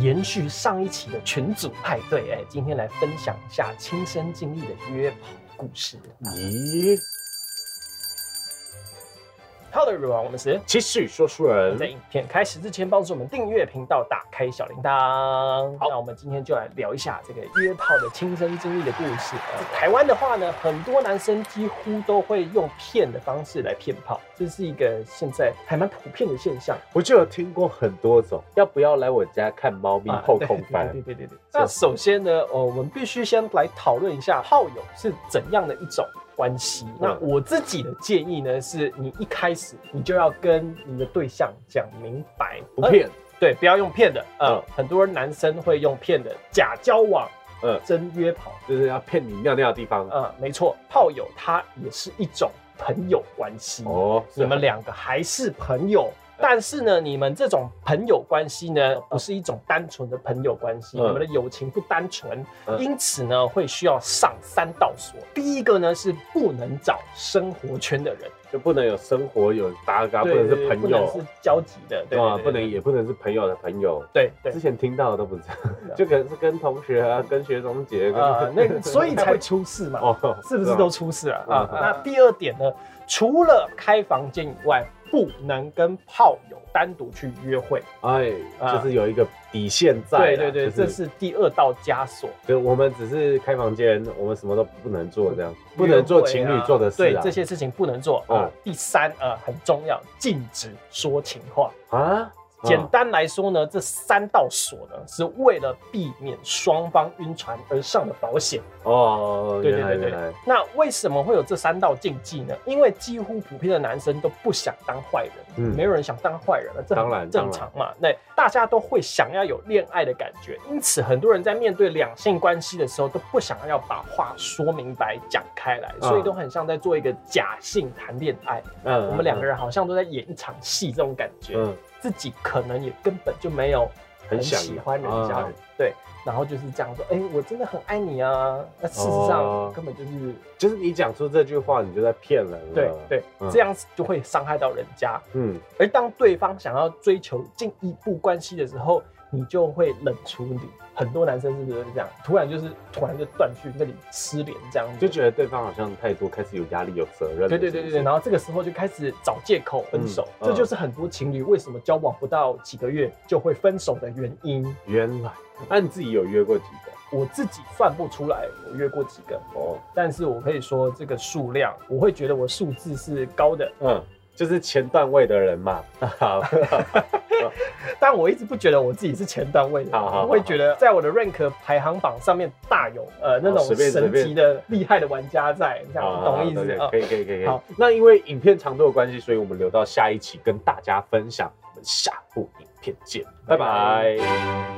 延续上一期的群组派对，哎，今天来分享一下亲身经历的约跑故事。咦， Hello everyone，我们是。其实说书在人，影片开始之前，帮助我们订阅频道，打开小铃铛。好那我们今天就来聊一下这个约炮的亲身经历的故事。呃台湾的话呢，很多男生几乎都会用骗的方式来骗炮，这是一个现在还蛮普遍的现象。我就有听过很多种，要不要来我家看猫咪啊后空翻？对对对对对。那首先呢，呃，我们必须先来讨论一下炮友是怎样的一种关系。那我自己的建议呢，是你一开始你就要跟你的对象讲明白，呃不骗，对，不要用骗的。呃，嗯很多男生会用骗的，假交往，嗯真约跑。就是要骗你尿尿的地方。呃，没错，炮友它也是一种朋友关系。哦，你们两个还是朋友，呃但是呢，你们这种朋友关系呢，不是一种单纯的朋友关系，嗯你们的友情不单纯，嗯因此呢，会需要上三道锁。第一个呢是不能找生活圈的人，就不能有生活有搭啊嘎，不对能对是对朋不能友是，交集的，对吧？对对不能也不能是朋友的朋友。对对之。前听到的都不是对啊，就可能是跟同学啊、跟学长姐，啊， 跟那个所以才出事嘛。哦 是不是都出事了嗯啊？嗯那第二点呢，除了开房间以外，不能跟炮友单独去约会。哎，啊就是有一个底线在啦。对对对，就这是第二道枷锁。就我们只是开房间，我们什么都不能做，这样不能做情侣做的事对啊。这些事情不能做啊哦。第三呃很重要，禁止说情话。啊，简单来说呢，这三道锁呢是为了避免双方晕船而上的保险。哦，对原对来对对原来，那为什么会有这三道禁忌呢？因为几乎普遍的男生都不想当坏人，嗯没有人想当坏人了，这当很然正常嘛。那大家都会想要有恋爱的感觉，因此很多人在面对两性关系的时候都不想要把话说明白、讲开来，所以都很像在做一个假性谈恋爱。嗯我们两个人好像都在演一场戏，这种感觉，嗯，嗯自己可能也根本就没有很想喜欢人家，啊对。然后就是这样说，哎、我真的很爱你啊。那事实上哦根本就是就是你讲出这句话，你就在骗人了。对对，嗯这样子就会伤害到人家。嗯，而当对方想要追求进一步关系的时候，你就会冷处理。很多男生是不是这样？突然就是突然就断去那里失联这样子，就觉得对方好像太多，开始有压力、有责任了。对对对对对。是不是然后这个时候就开始找借口分手，嗯嗯这就是很多情侣为什么交往不到几个月就会分手的原因。原来，那你自己有约过几个？我自己算不出来，我约过几个。哦，但是我可以说，这个数量，我会觉得我数字是高的，嗯，就是前段位的人 嘛。好，但我一直不觉得我自己是前段位的，好好好哦我会觉得在我的 rank 排行榜上面大有呃那种随便随神便哦级的厉害的玩家在，这样好你懂意思好啊可？以可以可以。可以好，那因为影片长度的关系，所以我们留到下一期跟大家分享。我们下部影片见，拜拜